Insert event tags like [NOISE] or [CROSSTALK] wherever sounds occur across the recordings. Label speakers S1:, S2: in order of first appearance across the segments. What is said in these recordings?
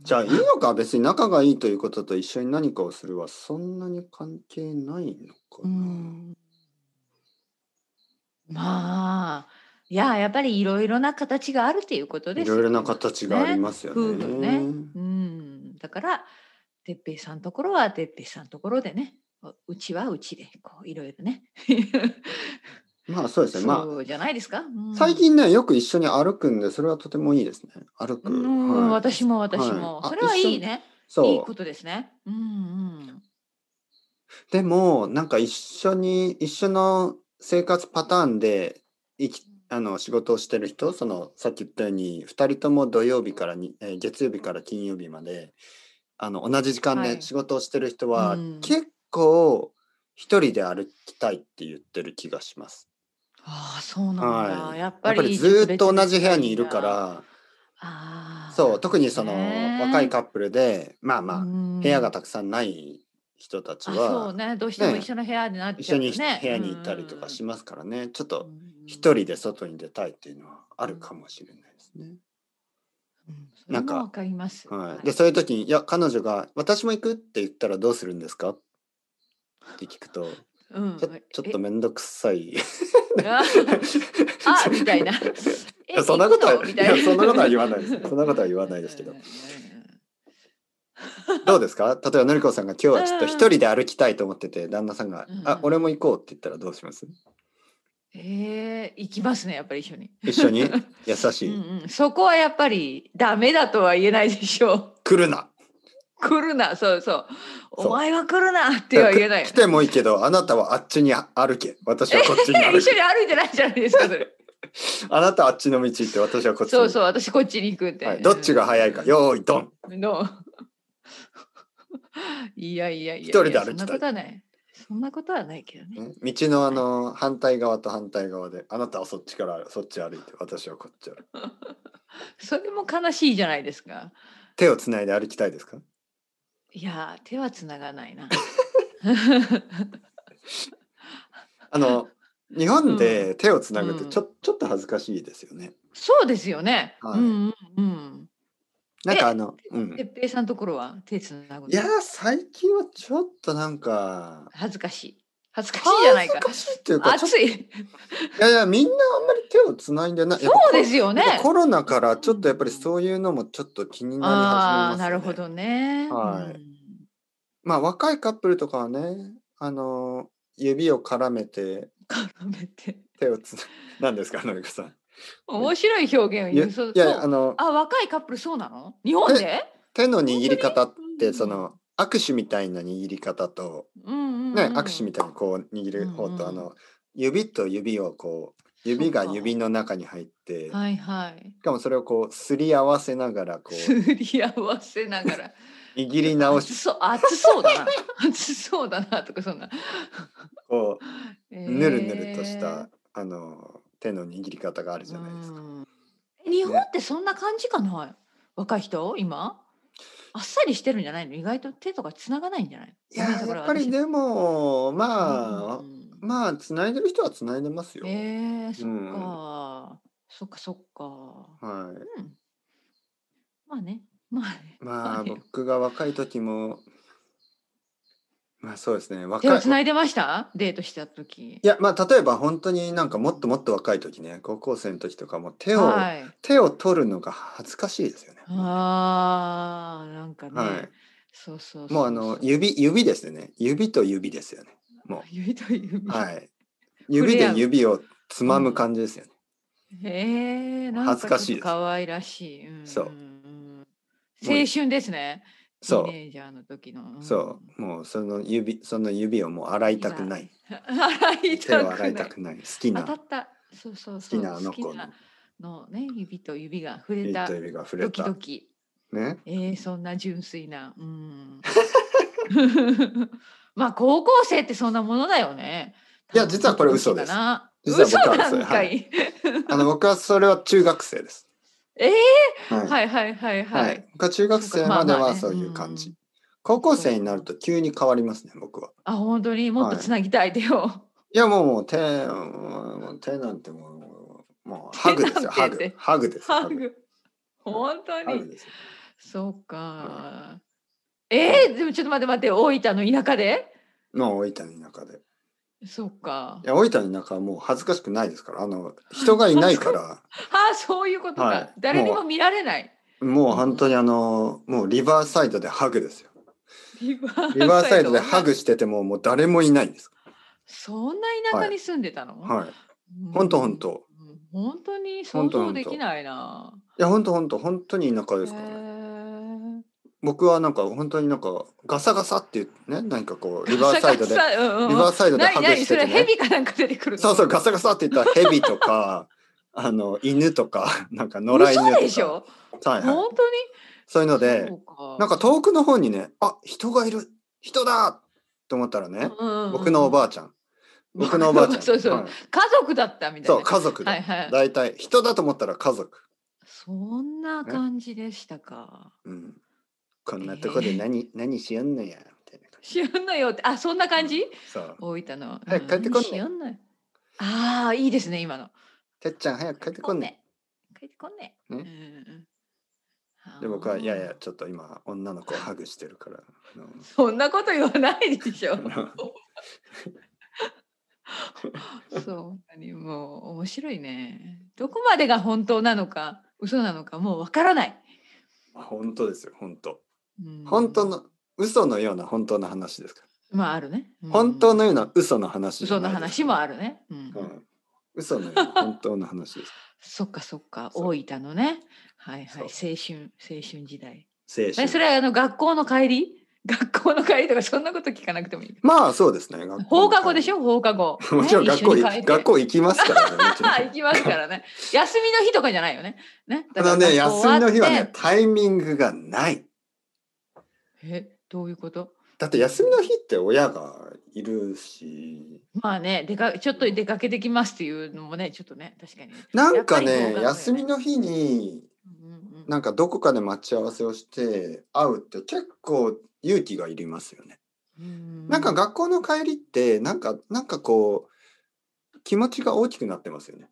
S1: じゃあいいのか別に仲がいいということと一緒に何かをするはそんなに関係ないのか
S2: う
S1: な。
S2: んまあいややっぱりいろいろな形があるということで
S1: い
S2: すよ
S1: ろいろな形がありますよ
S2: 夫
S1: ね。
S2: 婦ね。うん、だから哲平さんところは哲平さんところでねおうちはうちでこういろいろね
S1: まあそうですね。ま
S2: そうじゃないですか、うん
S1: あ最近ねよく一緒に歩くんでそれはとてもいいですね。歩く。
S2: うん、
S1: はい
S2: 私も私も、
S1: はいあ
S2: それはいいねいい
S1: そう
S2: ことですねうんうん
S1: でもなんか一緒に一緒の生活パターンで生きあの仕事をしてる人そのさっき言ったように2人とも土曜日からに、えー月曜日から金曜日まであの同じ時間
S2: は
S1: で
S2: い
S1: 仕事をしてる人は、
S2: うん
S1: 結構一人で歩きたいって言ってる気がします。
S2: ああそうなんだ、
S1: はい
S2: や
S1: や
S2: っぱ
S1: っぱり
S2: り
S1: ずーっと同じ部屋にいるか
S2: あ
S1: ら
S2: あ
S1: そう特にその
S2: ね
S1: 若いカップルでまあまあ部
S2: 部
S1: 屋がたくさんない人たち
S2: あそう
S1: は
S2: ねどうしても
S1: ね
S2: 一緒の部屋になっ
S1: 一
S2: ちゃ
S1: 緒
S2: うと
S1: に
S2: ね
S1: 部屋に行ったりとかしますからねちょっ
S2: う
S1: と
S2: ん
S1: 一人で外に出たいっていうのはあるかもしれないですね。
S2: うんそれ
S1: なんか
S2: もわかります
S1: はい、でそういう時に「いや彼女が私も行く?」って言ったらどうするんですかって聞くと
S2: うん
S1: ちょちょっと面倒くさい。
S2: え [LAUGHS] あみたいな [LAUGHS]
S1: [LAUGHS]
S2: え
S1: そんなこと
S2: 行
S1: はい
S2: くのみたい
S1: やそんなことは言わない
S2: [LAUGHS]
S1: です。そん
S2: 言
S1: なことは言わないですけど
S2: うんう。ん
S1: どうですか例えばのりこさんが今日はちょっと一人で歩きたいと思ってて旦那さんが
S2: うん
S1: 「あ俺も行こう」って言ったらどうします
S2: えー行きますねやっぱり一緒に
S1: 一緒に優し
S2: う
S1: い。
S2: んうんそこはやっぱりダメだとは言えないでしょう [LAUGHS]
S1: 来るな
S2: 来るなそうそう
S1: そう
S2: お前は来るなっては言えないよ
S1: 来てもいいけどあなたはあっちに歩け私はこっちに
S2: 一緒
S1: 歩
S2: に
S1: け
S2: 歩いてないじゃないですかそ
S1: [LAUGHS]
S2: れ
S1: あなたあっちの道行って私はこっちに
S2: そうそう私こっちに行くんで、
S1: はい、どっちが早いか、よーい、ドン。
S2: の [LAUGHS] いやいやいやいや
S1: 一人で歩きたい
S2: そんなことはないそんなことはないけどね、
S1: 道のあの反対側と反対側で、あなたはそっちからそっち歩いて、私はこっち歩いて。
S2: それも悲しいじゃないですか
S1: 手をつないで歩きたいですか
S2: いや手はつながないな
S1: あ
S2: [LAUGHS]
S1: の、日本で手をつなぐっ
S2: う
S1: て
S2: ん
S1: ちょ,、ちょっと恥ずかしいですよね。
S2: そうですよね、
S1: はい
S2: うんうん
S1: なんかあの、う
S2: うん
S1: ん。
S2: 哲平さんのところは手つなぐの
S1: いやー、最近はちょっとなんか、
S2: 恥ずかしい恥ずかしいじゃな
S1: 恥
S2: い
S1: ず
S2: か
S1: かしいっていうか、ちょっ
S2: 熱い
S1: といやいや、みんなあんまり手をつないでない。
S2: そうですよね
S1: やっぱコロナからちょっとやっぱりそういうのもちょっと気になり
S2: ああ
S1: 始めますよね。
S2: なるほどね。
S1: はい
S2: うん
S1: まあ若いカップルとかはね、あの指を絡めて
S2: 絡めて
S1: 手をつな何ですか、のりこさん。
S2: [LAUGHS] 面白い表現を
S1: いや
S2: 言う。そう
S1: いや
S2: そう
S1: あの
S2: あ若いカップルそうなの？日本で？
S1: 手の握り方っ
S2: 本当
S1: て
S2: に
S1: その握手みたいな握り方と、
S2: うんうん、うん。
S1: ね握手みたいにこう握る方と、
S2: うんうん
S1: あの指と指をこう指が
S2: そうか
S1: 指の中に入って、し
S2: はいはい。
S1: かもそれをこうすり合わせながらこ
S2: す
S1: う
S2: り合わせながら。
S1: 握り [LAUGHS] 直
S2: 熱
S1: し
S2: そう熱そうだな。熱そうだなとかそんな。
S1: こう
S2: ぬ
S1: ぬるぬるとした、あの手の握り方があるじゃないですか。
S2: 日本ってそんな感じかな、若い人今あっさりしてるんじゃないの意外と手とかつながないんじゃない
S1: いや
S2: ごめんだ
S1: ー
S2: か
S1: や
S2: ら
S1: っぱり
S2: 私
S1: でもまあ
S2: うん
S1: まあ、つないでる人はつないでますよ。
S2: ええそっ
S1: うん
S2: か、そっかそっか。
S1: は
S2: うん。まあね、まあね。
S1: い。ま
S2: は
S1: あ、
S2: い
S1: 僕が若い時も。まあ、そうですね。
S2: 手
S1: 若
S2: を
S1: い。
S2: 繋いでました？デートした時。
S1: いや、まあ、例えば、本当になんかもっともっと若い時ね、高校生の時とかも、手を、
S2: はい。
S1: 手を取るのが恥ずかしいですよね。
S2: ああ、なんかね。
S1: はい
S2: そうそうそう
S1: もう、あの、指、指ですね。指と指ですよね。もう
S2: 指と指。
S1: はい。
S2: [LAUGHS]
S1: 指で指をつまむ感じですよね。
S2: ええなん
S1: 恥ずかしい
S2: ち
S1: で
S2: ょっ
S1: す
S2: と可愛らしい。うん、
S1: そうん
S2: ん青春ですね。
S1: そ
S2: ティー
S1: う。
S2: ネイジャーの時の。 [LAUGHS]
S1: そう。もう、その指、その指をもう洗いたくない。
S2: うん。洗い
S1: 手
S2: た
S1: を
S2: くな
S1: 洗い
S2: い
S1: た。くない。好きな。
S2: 当た
S1: 好
S2: った。そうそうそう。
S1: きなあの子
S2: 好き
S1: の
S2: な。のね指と指が触れ
S1: 指
S2: た
S1: と指が触れ
S2: ドキ
S1: た。
S2: ドキ
S1: ね。
S2: えー、そんな純粋なうん
S1: [LAUGHS]
S2: [LAUGHS] まあ高校生ってそんなものだよね
S1: いや実はこれ嘘です
S2: 多分
S1: 実は
S2: ド
S1: 僕
S2: キドキだ
S1: は
S2: な
S1: 嘘
S2: 嘘なんかい、
S1: あの僕はそれは中学生です。
S2: え
S1: はい
S2: ー、はいはいはいはい、
S1: はい僕は中学生まで
S2: まあまあ
S1: は
S2: ね
S1: そういう感じ。
S2: うん
S1: 高校生になると急に変わりますね、僕は。
S2: あ本当にもっとつなぎたい手を、
S1: いやもうもう手、もう手なんてもう、もうハグですよ、
S2: 手な
S1: ハ
S2: んて
S1: グ
S2: って。
S1: ハグですよ。
S2: ハグ本当
S1: ハグ
S2: に
S1: ですよ
S2: そうか。えー、でもちょっと待って待って大分の田舎で
S1: まあ大分の田舎で。
S2: そうか
S1: い。や大分の田舎はもう恥ずかしくないですからあの人がいないから
S2: ああそういうことか、
S1: はい
S2: 誰に
S1: も
S2: も見られない。
S1: もう本当にあのもうリバーサイドでハグです
S2: [LAUGHS]
S1: よ。
S2: リバー
S1: リバーサイドでハグしててももう誰もいないんです。
S2: そんな田舎に住んでたの、
S1: はい。
S2: うん
S1: ほんとほんと。
S2: うん本当に想像できないな。
S1: いや本当本当本当に田舎
S2: へ
S1: ですからね。
S2: ー
S1: 僕はなんか本当になんかガサガサっていうね何かこうリバーサイドで
S2: ガサガサうんうん
S1: リバーサイドでハ
S2: 何
S1: グ
S2: 何
S1: して
S2: そ
S1: て
S2: れヘ
S1: ね。
S2: ビかなんか出てくるの
S1: そうそうガサガサって言ったらヘビと
S2: [LAUGHS]
S1: かあの犬とか [LAUGHS] なんか野良犬と
S2: 嘘
S1: か。
S2: でしょ
S1: はいはい。
S2: 本当に
S1: そういうので
S2: そうか
S1: なんか遠くの方にねあ人がいる人だと思ったらね僕のおば
S2: あ
S1: あちゃん僕のおばあちゃん
S2: [LAUGHS] そうそう
S1: はい
S2: 家族だったみたい
S1: そ
S2: な
S1: う家族
S2: はい
S1: で
S2: はい
S1: 大体人だと思ったら家族。
S2: そんな感じでしたか、
S1: うん、こんなとこで何、何しよんのやみたいな感じ。
S2: 知らんのよってあそんな感じ
S1: そう。
S2: 大分の
S1: 早く帰ってこんね
S2: 知らんのよああいいですね今の
S1: てっちゃん早く帰ってこんね。
S2: 帰ってこんね
S1: ね
S2: うんうんうん
S1: で僕は
S2: あー
S1: いやいやちょっと今女の子をハグしてるから。あの
S2: そんなこと言わない
S1: [LAUGHS]
S2: でしょそう何もう面白いねどこまでが本当なのか嘘なのかもうわからない、
S1: 本当ですよ本当。
S2: うん
S1: 本当の嘘のような本当の話ですから。
S2: まああるね、うん
S1: 本当のような嘘の話じゃ
S2: 嘘
S1: な
S2: の
S1: いです。
S2: 話もあるね、うん
S1: うん。嘘のよう
S2: [LAUGHS]
S1: な本当の話です。
S2: そっかそっか
S1: そう
S2: 大分のねはいはい青
S1: そ
S2: 春青春時代
S1: 青
S2: え
S1: 春。
S2: それはあの学校の帰り [LAUGHS] 学校の帰りとかそんなこと聞かなくてもいい
S1: まあそうですね。学校
S2: 放課後でし
S1: ょ。
S2: ょ放課後
S1: もちろん
S2: ね
S1: 学校,、
S2: 一緒に帰って
S1: 学校行きますからね。もちろん
S2: 行きますか
S1: [LAUGHS]
S2: らね休みの日とかじゃないよねね
S1: ただね
S2: 学校終
S1: 休みの
S2: わって
S1: 日はねタイミングがない。
S2: えどういうこと
S1: だって休みの日って親がいるし
S2: まあね出かちょっと出かけてきますっていうのもねちょっとね確かに、
S1: なんか
S2: やっぱ
S1: ね
S2: り放課後だよね
S1: 休みの日に
S2: うんうん
S1: なんかどこかで待ち合わせをして会うって結構勇気がいりますよね。
S2: うん、
S1: なんか学校の帰りってなんかなんかこう気持ちが大きくなってますよね。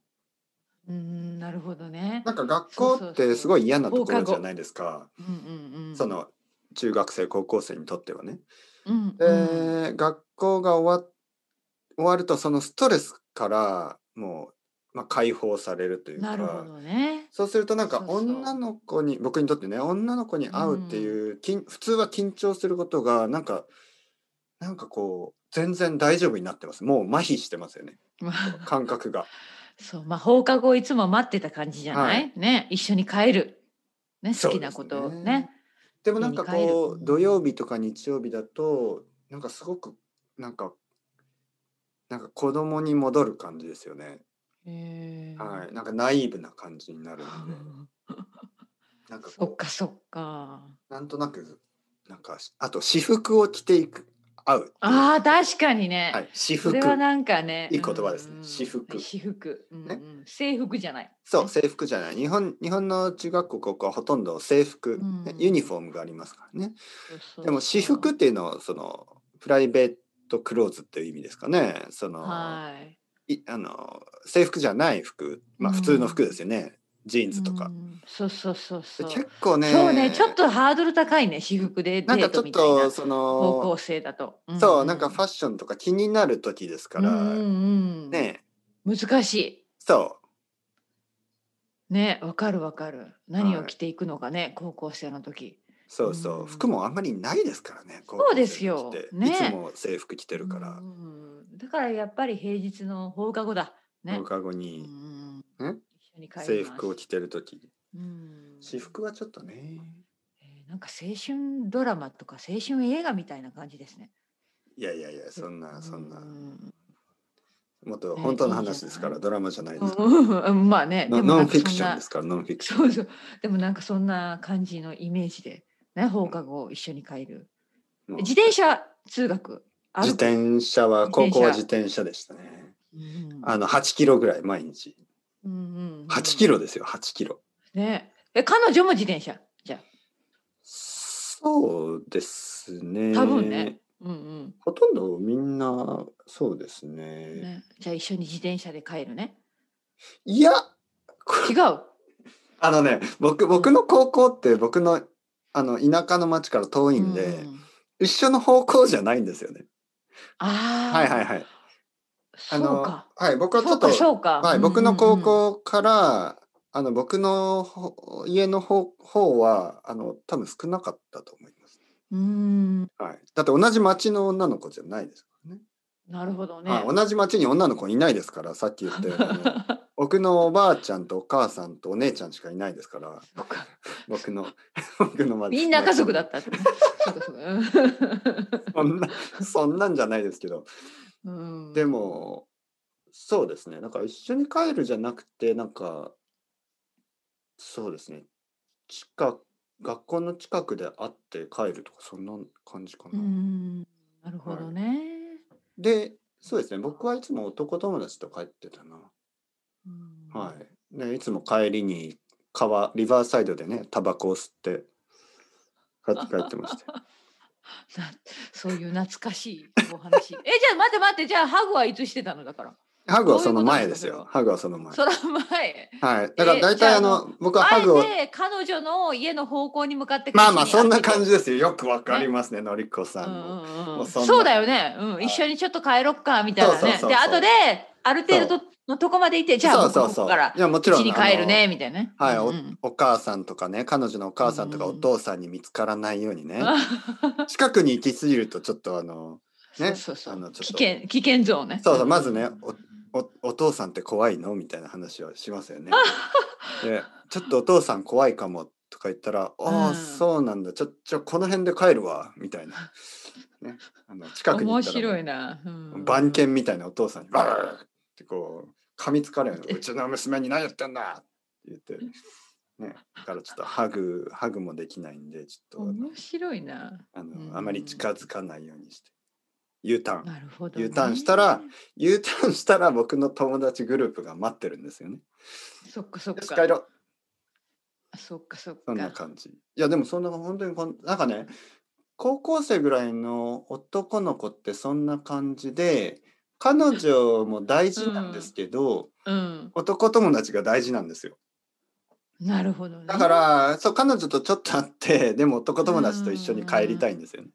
S2: うんなるほどね
S1: なんか学校ってすごい嫌なところじゃないですか。
S2: うんうんうん
S1: その中学生高校生にとってはね。
S2: うん
S1: で、
S2: うん
S1: 学校が終わ終わるとそのストレスからもう、まあ、解放されるというか。
S2: なるほどね
S1: そうするとなんか
S2: そうそう
S1: 女の子に僕にとってね女の子に会うっていう、きん、普通は緊張することがなんかなんかこう全然大丈夫になってますもう麻痺してますよね
S2: まあ
S1: 感覚が
S2: そうまあ放課後いつも待ってた感じじゃない、
S1: は
S2: ね一緒に帰るね
S1: そ
S2: 好
S1: う
S2: き
S1: で
S2: な
S1: す
S2: ことを
S1: ね
S2: ね
S1: でもなんかこ
S2: 家に帰
S1: う
S2: る
S1: 土曜日とか日曜日だとなんかすごくなんかなんか子供に戻る感じですよね、
S2: へえ
S1: はいなんかナイーブな感じになるので
S2: [LAUGHS]
S1: なんか
S2: そっ
S1: こ
S2: かそっか
S1: うなんとなくなんかあと私服を着ていく会う
S2: あー確かにね、
S1: はい、私
S2: そ
S1: 服
S2: れはなんかね
S1: いい言葉ですね
S2: うんうん
S1: 私服
S2: 私服、うんうん
S1: ね
S2: 制服じゃない
S1: そう制服じゃない日本日本の中学校高校はほとんど制服、
S2: うん
S1: ねユニフォームがありますからね
S2: そうそう
S1: でも私服っていうのはそのプライベートクローズっていう意味ですかねその,、
S2: はい
S1: い、あの制服じゃない服まあ
S2: うん
S1: 普通の服ですよね、ジーンズと
S2: う
S1: か、
S2: んそうそうそう
S1: で
S2: そう
S1: 結構ね
S2: そうねちょっとハードル高いね私服でデ
S1: なんか
S2: ー
S1: ちょ
S2: ト
S1: っ
S2: みたいな
S1: とそ
S2: 高校
S1: の
S2: 生だと、
S1: そうなんかファ
S2: ッ
S1: ッションとか気になる時ですから、
S2: うんうんうん、
S1: ね
S2: 難しい
S1: そ
S2: ねわかるわかる何を
S1: はい
S2: 着ていくのかね、高校生の時
S1: うそうそう、
S2: うん
S1: 服もあんまりないですからねそう
S2: ですよ
S1: い
S2: ね
S1: つも制服着てるから
S2: う、んだからやっぱり平日の放課後だね
S1: 放課後
S2: う
S1: に
S2: ん
S1: ね
S2: 一緒に帰ります
S1: 制服を着てる時
S2: うん
S1: 私服はちょっとね
S2: えーなんか青春ドラマとか青春映画みたいな感じですね
S1: いやいやいやそんなそんな [LAUGHS]
S2: [LAUGHS] うん
S1: もっと
S2: ね
S1: 本当の話ですか
S2: い
S1: ら
S2: い
S1: ドラマじゃないですから
S2: うんうんまあね
S1: ノ
S2: でも
S1: ノ
S2: なん
S1: ンフ
S2: かそん
S1: ィクション
S2: な
S1: ですからノンフィクション
S2: そうそうでもなんかそんな感じのイメージでね放課後一緒に帰る
S1: もう
S2: 自転車通学歩く
S1: 自転車は
S2: 自転
S1: 高
S2: 車
S1: 校は自転車でしたね
S2: うん
S1: あの8キロぐらい毎日
S2: うんうんうん
S1: 8キロですよ8キロ
S2: ねえ彼女も自転車じゃ
S1: そうですね
S2: あ多分ね、うん
S1: ほとんどみんなそうです
S2: うん
S1: ね
S2: ねじゃあ一緒に自転車で帰るね
S1: いやこ
S2: 違う
S1: あのね僕僕の高校って僕のあの田舎の町から遠いんで、
S2: うん
S1: 一緒の方向じゃないんですよね。
S2: ああ、
S1: はいはいはい。あ
S2: そう
S1: の
S2: か。
S1: はい僕はちょ
S2: そ
S1: っ
S2: う
S1: と
S2: か、そう
S1: はい、
S2: か。うんうんうん
S1: 僕の高。校からあの僕のほ家の方方はあの多分少なかったと思います。
S2: うん、
S1: はい、だって同じ町の女の子じゃないですからね。
S2: なるほどね。
S1: はい、同じ町に女の子いないですからさっき言ったように
S2: [LAUGHS]
S1: あの僕のおばあちゃんとお母さんとお姉ちゃんしかいないですから
S2: そうか
S1: 僕の [LAUGHS] 僕の町
S2: みんな家族だったってね。そうかそうか
S1: そんなそんなんじゃないですけど
S2: うんうん
S1: でもそうですねなんか一緒に帰るじゃなくてなんかそうですね近く学校の近くで会って帰るとかそんな感じか
S2: う
S1: な。
S2: ん、なるほどね。
S1: でそうですね僕はいつも男友達と帰ってたな。
S2: うん
S1: はいね、いつも帰りに川リバーサイドでねタバコを吸って帰って帰ってま
S2: [LAUGHS]
S1: した。
S2: なそういう懐かしいお話。え、じゃあ待って待って、じゃあハグはいつしてたのだから。
S1: ハグはその前です
S2: そういう
S1: よ。
S2: こ
S1: ハグはその前。
S2: その前。
S1: はい。だから大体あの、僕は
S2: あ
S1: ハ
S2: え
S1: グを。
S2: て彼女の家の方向に向かって
S1: まあまあそんな感
S2: じ、
S1: じですよ。よくわかりますね、のりこさ
S2: うんん
S1: も。
S2: うん
S1: も
S2: う、
S1: うんそん
S2: そ
S1: な
S2: うだよね、うん
S1: い
S2: 一緒にちょっと帰ろっかみたいなね
S1: そうそうそうそう
S2: で後である程度のとこまで行ってじゃあ
S1: そう
S2: 僕
S1: そう
S2: こ
S1: そう
S2: こから
S1: いやもちろん
S2: 家に帰るねみたいなね
S1: はい
S2: うんうん
S1: お母さんとかね、彼女のお母さんとか
S2: うん
S1: お
S2: うん
S1: 父さんに見つからないように
S2: [LAUGHS]
S1: ね、
S2: あ
S1: 近くに行き過ぎるとちょっとあの、ね
S2: そうそ
S1: あ
S2: うそ
S1: の
S2: う
S1: ちょっ
S2: 危
S1: と
S2: 険危険ゾーンね
S1: そうそう、まずね、おおお父さんって怖いのみたいな話をしますよね。で、ちょっとお父さん怖いかもとか言ったら、ああ、
S2: うん
S1: そうなんだ、ちょ、ちょ、この辺で帰るわ、みたいな。ね、あの近くに行
S2: 面
S1: ったらもう
S2: 白いな、うん
S1: 番犬みたいなお父さんにバーってこう噛みつかれるようにうちの娘に何やってんだって言って、ね、だからちょっとハグハグもできないんでちょっとあの
S2: 面白いな
S1: あの
S2: うん
S1: あまり近づかないようにして U ターン
S2: なるほど、
S1: U ターンしたら U ターンしたら僕の友達グループが待ってるんですよね。
S2: そっかそっ
S1: よし
S2: か
S1: 帰ろう
S2: そっかそっ
S1: そんな
S2: か
S1: 感じ。いやでもそんな本当にこんなんかね高校生ぐらいの男の子ってそんな感じで彼女も大事なんですけど、
S2: うん
S1: 男友達が大事なんですよ
S2: なるほどね
S1: だから、そう彼女とちょっと会ってでも男友達と一緒に帰りたいんですよね、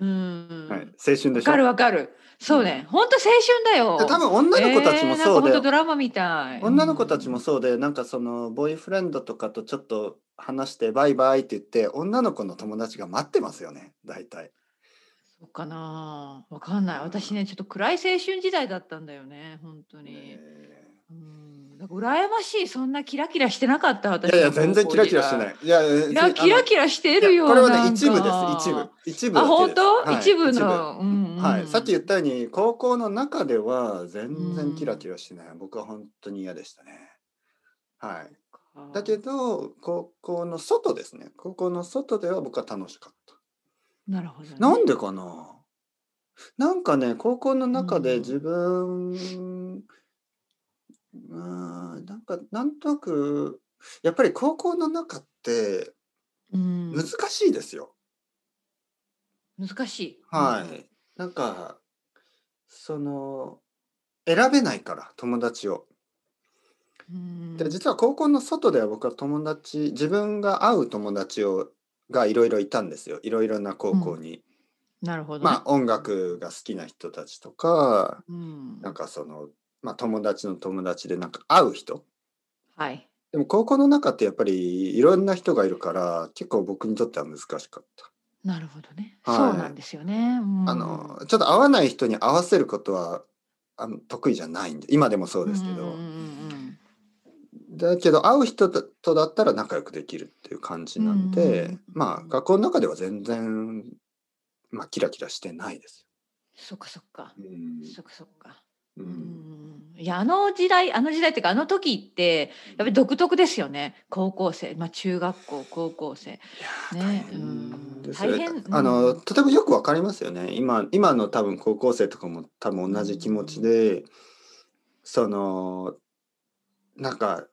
S2: うん、
S1: はい、青春でし
S2: わ
S1: ょ
S2: かるわかるそうね、本当青春だよ
S1: で多分女の子たちもそう
S2: えーなんかほん
S1: で
S2: と、ドラマみたい
S1: 女の子たちもそうでなんかそのボーイフレンドとかとちょっと話してバイバイって言って女の子の友達が待ってますよね大体
S2: そうかなわかんない私ねちょっと暗い青春時代だったんだよね本当に、
S1: え
S2: うんだから羨ましいそんなキラキラしてなかった
S1: ー
S2: 私
S1: いやいや全然キラキラしてないいいやいや
S2: いやキラキラしてるよ
S1: これは
S2: な
S1: ね
S2: んか
S1: 一部です一部一部だ
S2: あ
S1: けです
S2: 本当、
S1: はい
S2: 一部の、うんうん
S1: はい、さっき言ったように高校の中では全然キラキラしてない、僕は本当に嫌でしたね。はい、だけど高校の外ですね高校の外では僕は楽しかっ
S2: なるほどね、
S1: た。なんでかななんかね高校の中で自分、うーん、なんかなんとなくやっぱり高校の中って
S2: うん、
S1: 難しいですよ。
S2: 難しい
S1: はい。なんか、その、選べないから、友達を。
S2: うん
S1: で、実は高校の外では僕は友達、自分が会う友達を、がいろいろいたんですよ。いろいろな高校に。
S2: なるほど、ね、
S1: まあ、音楽が好きな人たちとか、
S2: うん、
S1: なんかその、まあ、友達の友達でなんか会う人。
S2: はい
S1: でも高校の中ってやっぱりいろんな人がいるから、結構僕にとっては難しかった。
S2: なるほどね、
S1: はい
S2: そうなんですよね、うん
S1: あの、ちょっと合わない人に合わせることは、あの得意じゃないんで今でもそうですけど、
S2: うんうんうん
S1: だけど会う人ととだったら仲良くできるっていう感じなんで、
S2: うんうん
S1: まあ学校の中では全然、まあ、キラキラしてないです
S2: そっかそっか、
S1: よ。
S2: そっかそっか、
S1: う
S2: うんん、いやあの時代あの時代っていうかあの時ってやっぱり独特ですよね高校生、まあ、中学校高校生
S1: いやー
S2: ね
S1: 大変です
S2: うん
S1: よ
S2: 大変
S1: あの
S2: うん
S1: とてもよくわかりますよね今今の多分高校生とかも多分同じ気持ちで、そのなんか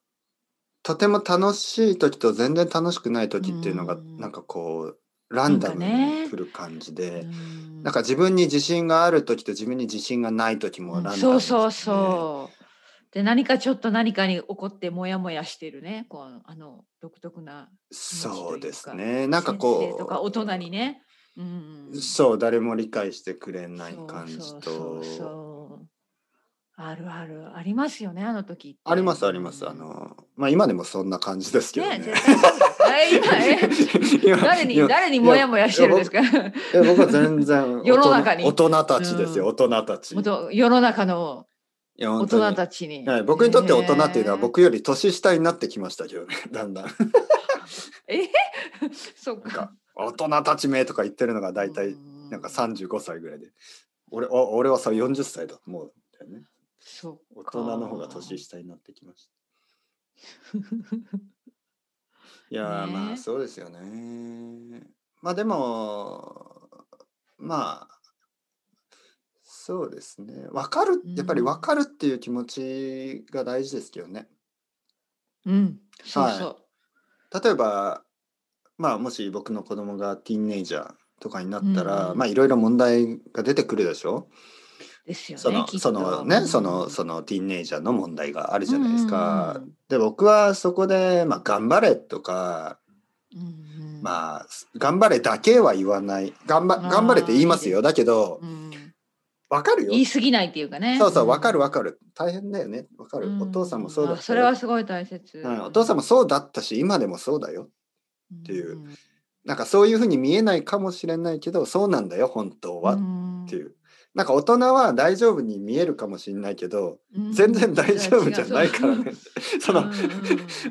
S1: とても楽しい時と全然楽しくない時っていうのが、
S2: うん
S1: なんかこうランダム
S2: なんか
S1: に
S2: ね
S1: 来る感じで。
S2: うん
S1: なんか自分に自信がある時と自分に自信がない時もランダム
S2: そう
S1: ですね
S2: そうそうで何かちょっと何かに怒ってモヤモヤしてるねこうあの独特な
S1: そうですね。なんかこう。
S2: 先生とか大人にね、うんうん、
S1: そう誰も理解してくれない感じ
S2: そうそうそう
S1: と
S2: そうあるあるありますよねあの時って
S1: ありますありますあのまあ今でもそんな感じですけどね
S2: ね絶対そうですえ今え
S1: [LAUGHS] 今
S2: 誰に
S1: 今
S2: 誰にモヤモヤしてるんですか
S1: いや僕は全
S2: [LAUGHS]
S1: 然
S2: 世の中に
S1: 大人大人たちですよ、
S2: うん
S1: 大人たち
S2: もっと世の中の
S1: いや
S2: 大
S1: 本当
S2: 人
S1: に
S2: たちに、
S1: はい、僕にとって大人っていうのは
S2: ね
S1: 僕より年下になってきましたけどねだんだん [LAUGHS]
S2: えそっ
S1: なん
S2: か
S1: か大人たちめとか言ってるのが大体なんか35歳ぐらいで俺あ俺はさ40歳だもうみたいなね
S2: そう
S1: 大
S2: か
S1: 人の方が年下になってきました
S2: [LAUGHS]
S1: いやー、
S2: ね
S1: まあそうですよね。まあでもまあそうですね分かる
S2: うん
S1: やっぱり分かるっていう気持ちが大事ですけどね。
S2: うんそうそう、
S1: 例えばまあもし僕の子供がティーンネイジャーとかになったら、
S2: うんうん
S1: まあいろいろ問題が出てくるでしょ、
S2: ですよね
S1: その
S2: きっと
S1: そのねそのそ
S2: の
S1: のティーンネイジャーの問題があるじゃないですか。
S2: うんうん
S1: で僕はそこで、まあ、頑張れとか
S2: うんうん、あ、
S1: まあ頑張れだけは言わない頑張
S2: あー
S1: 頑張れって言います
S2: い
S1: よ
S2: い
S1: だけど
S2: うん、
S1: わかるよ
S2: 言い過ぎないっていうかね
S1: そうそうわかる
S2: わ
S1: わかる大変だよねわかるお父さんもそうだった
S2: それは
S1: よ
S2: すごい大切、
S1: うんお父さんもそうだったし今でもそうだよていう
S2: うん
S1: なんかそういうふうに見えないかもしれないけどそうなんだよ本当はっていうなんか大人は大丈夫に見えるかもしれないけど
S2: うん
S1: 全然大丈夫じゃないから
S2: うん
S1: ね [LAUGHS] その
S2: うんうん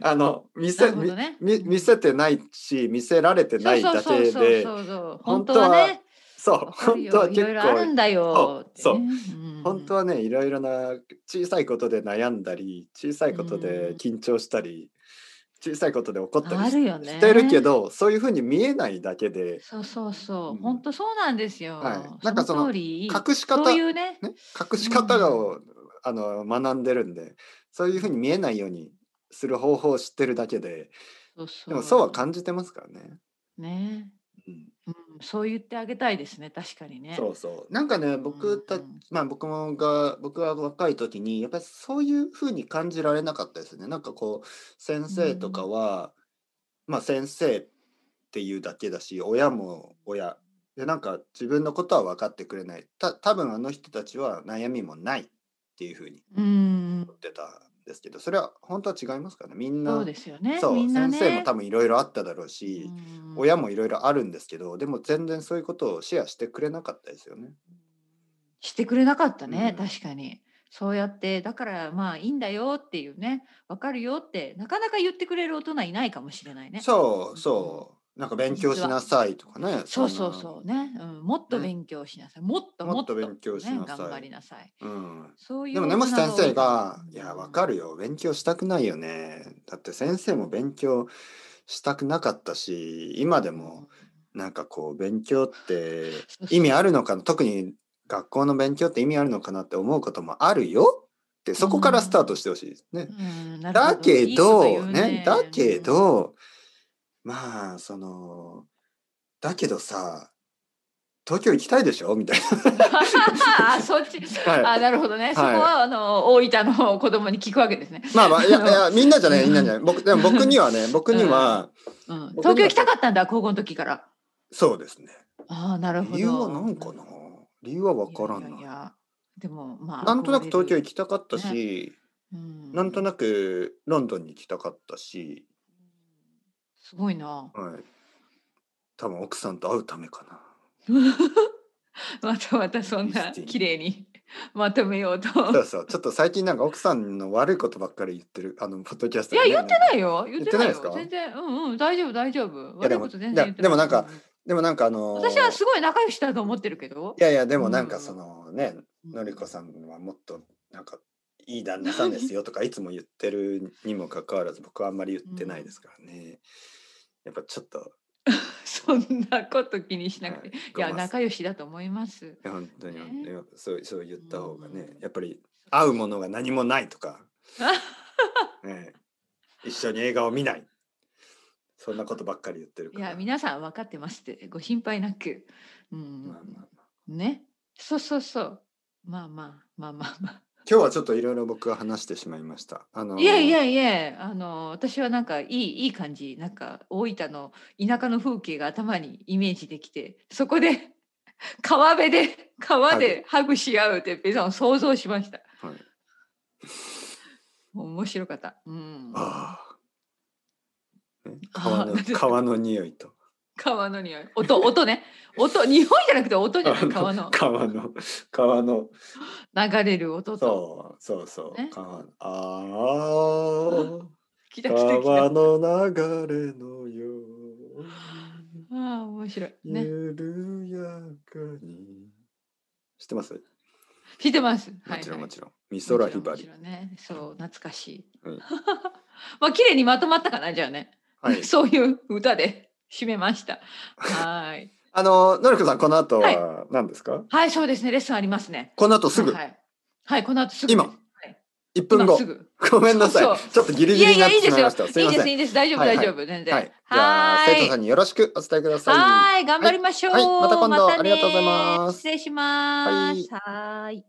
S1: あの見
S2: な
S1: せ
S2: るほどね
S1: み見せてないし見せられてないだけ
S2: そうそう
S1: で
S2: そうそうそう
S1: 本
S2: 本
S1: 当
S2: 当
S1: は
S2: はね
S1: そう
S2: わかる
S1: 本
S2: よ
S1: 当はい結
S2: ろいろある
S1: 構
S2: んだよってね
S1: そう
S2: うん
S1: 本当はねいろいろな小さいことで悩んだり小さいことで
S2: うん
S1: 緊張したり、小さいことで怒ったり
S2: あ
S1: し
S2: るよね
S1: してるけどそういうふうに見えないだけで
S2: そうそうそう、
S1: うん
S2: 本当そうなんですよ、
S1: はいなんかその
S2: 通り
S1: 隠し方、
S2: そうい
S1: ね、
S2: うね
S1: 隠し方を、あの学んでるんでそういうふうに見えないようにする方法を知ってるだけで
S2: そうそう
S1: でもそうは感じてますからね。
S2: ね、
S1: うん
S2: うん、そう言ってあげたいですね確かにね
S1: そうそうなんかね僕た、
S2: うんうん
S1: まあ僕もが僕は若い時にやっぱりそういう風に感じられなかったですねなんかこう先生とかは、まあ先生っていうだけだし親も親でなんか自分のことは分かってくれないた多分あの人たちは悩みもないっていう風に
S2: うん
S1: 思ってたんですけどそれは本当は違いますからねみんな
S2: そうですよね
S1: そう
S2: みんなね
S1: 先生も多分いろいろあっただろうし、
S2: うん
S1: 親もいろいろあるんですけどでも全然そういうことをシェアしてくれなかったですよね。
S2: してくれなかったね、
S1: うん
S2: 確かにそうやってだからまあいいんだよっていうねわかるよってなかなか言ってくれる大人いないかもしれないね
S1: そうそうなんか勉強しなさいとかね
S2: そうそう
S1: そ
S2: そうね、うん、もっと
S1: ね
S2: 勉強しなさい、もっと
S1: も
S2: も
S1: っ
S2: っ
S1: と
S2: と
S1: 勉強しなさい
S2: ね、頑張りなさい
S1: んな、うん、
S2: そういう
S1: でもねもし先生が「いやわか
S2: る
S1: るよ勉強したくないよね」だって先生も勉強したくなかったし今でもなんかこう勉強って意味あるのかな特に学校の勉強って意味あるのかなって思うこともあるよってそこからスタートしてほしいですね。
S2: うんなるほ
S1: だけ
S2: いいこと言
S1: ど
S2: う
S1: ねだけど、まあそのだけどさ東京行きたいでしょみたい
S2: うんあそっち
S1: な、はい
S2: [LAUGHS] あなるほどね、
S1: い
S2: そこはあの大分の子供に聞くわけですね、
S1: まあまあいやいやみんなじゃないみんなじゃない僕でも僕には
S2: [LAUGHS]
S1: ね僕には、
S2: うん、
S1: 僕には
S2: 東京行きたかったんだ高校の時から
S1: そうですね
S2: ああなるほど
S1: 理由は何かな理由は分からんな
S2: いやいやいやでもまあ
S1: なんとなく東京
S2: 行
S1: 行きたかったし、なんと
S2: な
S1: なくロンドンに行きたかったし、
S2: すごいな [LAUGHS]
S1: はい、多分奥さんと会うためかな。
S2: またまたそん
S1: ミ
S2: な
S1: ステリー
S2: 綺麗に [LAUGHS] まとめようと
S1: そうそうちょっと最近なんか奥さんの悪いことばっかり言ってるあのポッドキャス
S2: い
S1: ト
S2: や
S1: でね
S2: 言ってないよ言
S1: 言っ
S2: ってて
S1: な
S2: ないい
S1: ですか
S2: よ全然うんうん大丈夫大丈夫
S1: いやで
S2: 悪い
S1: も
S2: こと全然言って
S1: で
S2: ない
S1: もなんかでもなんかあ
S2: うん
S1: のー
S2: 私はすごい仲良しだと思ってるけど [LAUGHS]
S1: いやいやでもなん
S2: う
S1: か
S2: ん
S1: そのね、のりこさんはもっとなんかいい旦那さんですよとかいつも言ってるにもかかわらず僕はあんまり言ってないですからね、やっぱちょっと
S2: そんなこと気にしなく
S1: は
S2: て
S1: い
S2: い
S1: ごめん
S2: や
S1: なさ
S2: 仲良しだと思います
S1: いや本当に
S2: ね
S1: 本当にそうそう言った方がね、
S2: うん
S1: やっぱり会うものが何もないと
S2: [LAUGHS]
S1: か、ね、一緒に映画を見ないそんなことばっかり言ってるか
S2: い
S1: ら
S2: や皆さん分かってますってご心配なくうん
S1: まあまあまあ
S2: ねそうそうそうまあまあまあまあまあ
S1: 今日はちょっといろいろ僕が話してしまいました。あの
S2: いやいやいや、あの私はなんかいいいい感じ、なんか大分の田舎の風景が頭にイメージできて、そこで [LAUGHS] 川辺で川でハグし合うってペイさんを想像しました。
S1: はい、
S2: 面白かった。うん。
S1: ああ。ね
S2: あ
S1: 川の
S2: なんで
S1: 川の匂い
S2: [LAUGHS]
S1: と
S2: 川の匂い、音音ね、音匂いじゃなくて音じゃない川の
S1: 川の川の
S2: 流れる音と。
S1: そうそうそう、
S2: ね
S1: 川ああ
S2: 来た来た来た。
S1: 川
S2: あ
S1: の流れのよう
S2: あ面白い。
S1: に
S2: ね、
S1: 緩やかに、知ってます
S2: 聞いてます。
S1: もちろんもちろん、美
S2: も
S1: 空
S2: ちろ
S1: ひ
S2: ん
S1: ば
S2: もち
S1: り
S2: ろんね、そう懐かしい。
S1: うん
S2: [LAUGHS] まあ綺麗にまとまったかなじゃあね、
S1: はい
S2: [LAUGHS] そういう歌で締めました。はーい。 [LAUGHS]
S1: あののりこさんこの後
S2: はい
S1: は何ですか、
S2: はい、そうですね。レッスンありますね。
S1: この後すぐ
S2: はい。はい、この後すぐです。
S1: 今
S2: はい
S1: 1分後
S2: 今すぐ。
S1: ごめんなさい
S2: そうそ
S1: ちょっとギリギリになってしまいましたす
S2: い
S1: い
S2: い
S1: ま
S2: です、
S1: せ
S2: い
S1: ん
S2: いです。大丈夫、
S1: はいはい
S2: 大丈夫。全然。
S1: はい、じゃあ生徒さんによろしくお伝えください
S2: はーい、頑張りましょう。
S1: はいまた今度
S2: ね
S1: ありがとうございます
S2: 失礼します。はーい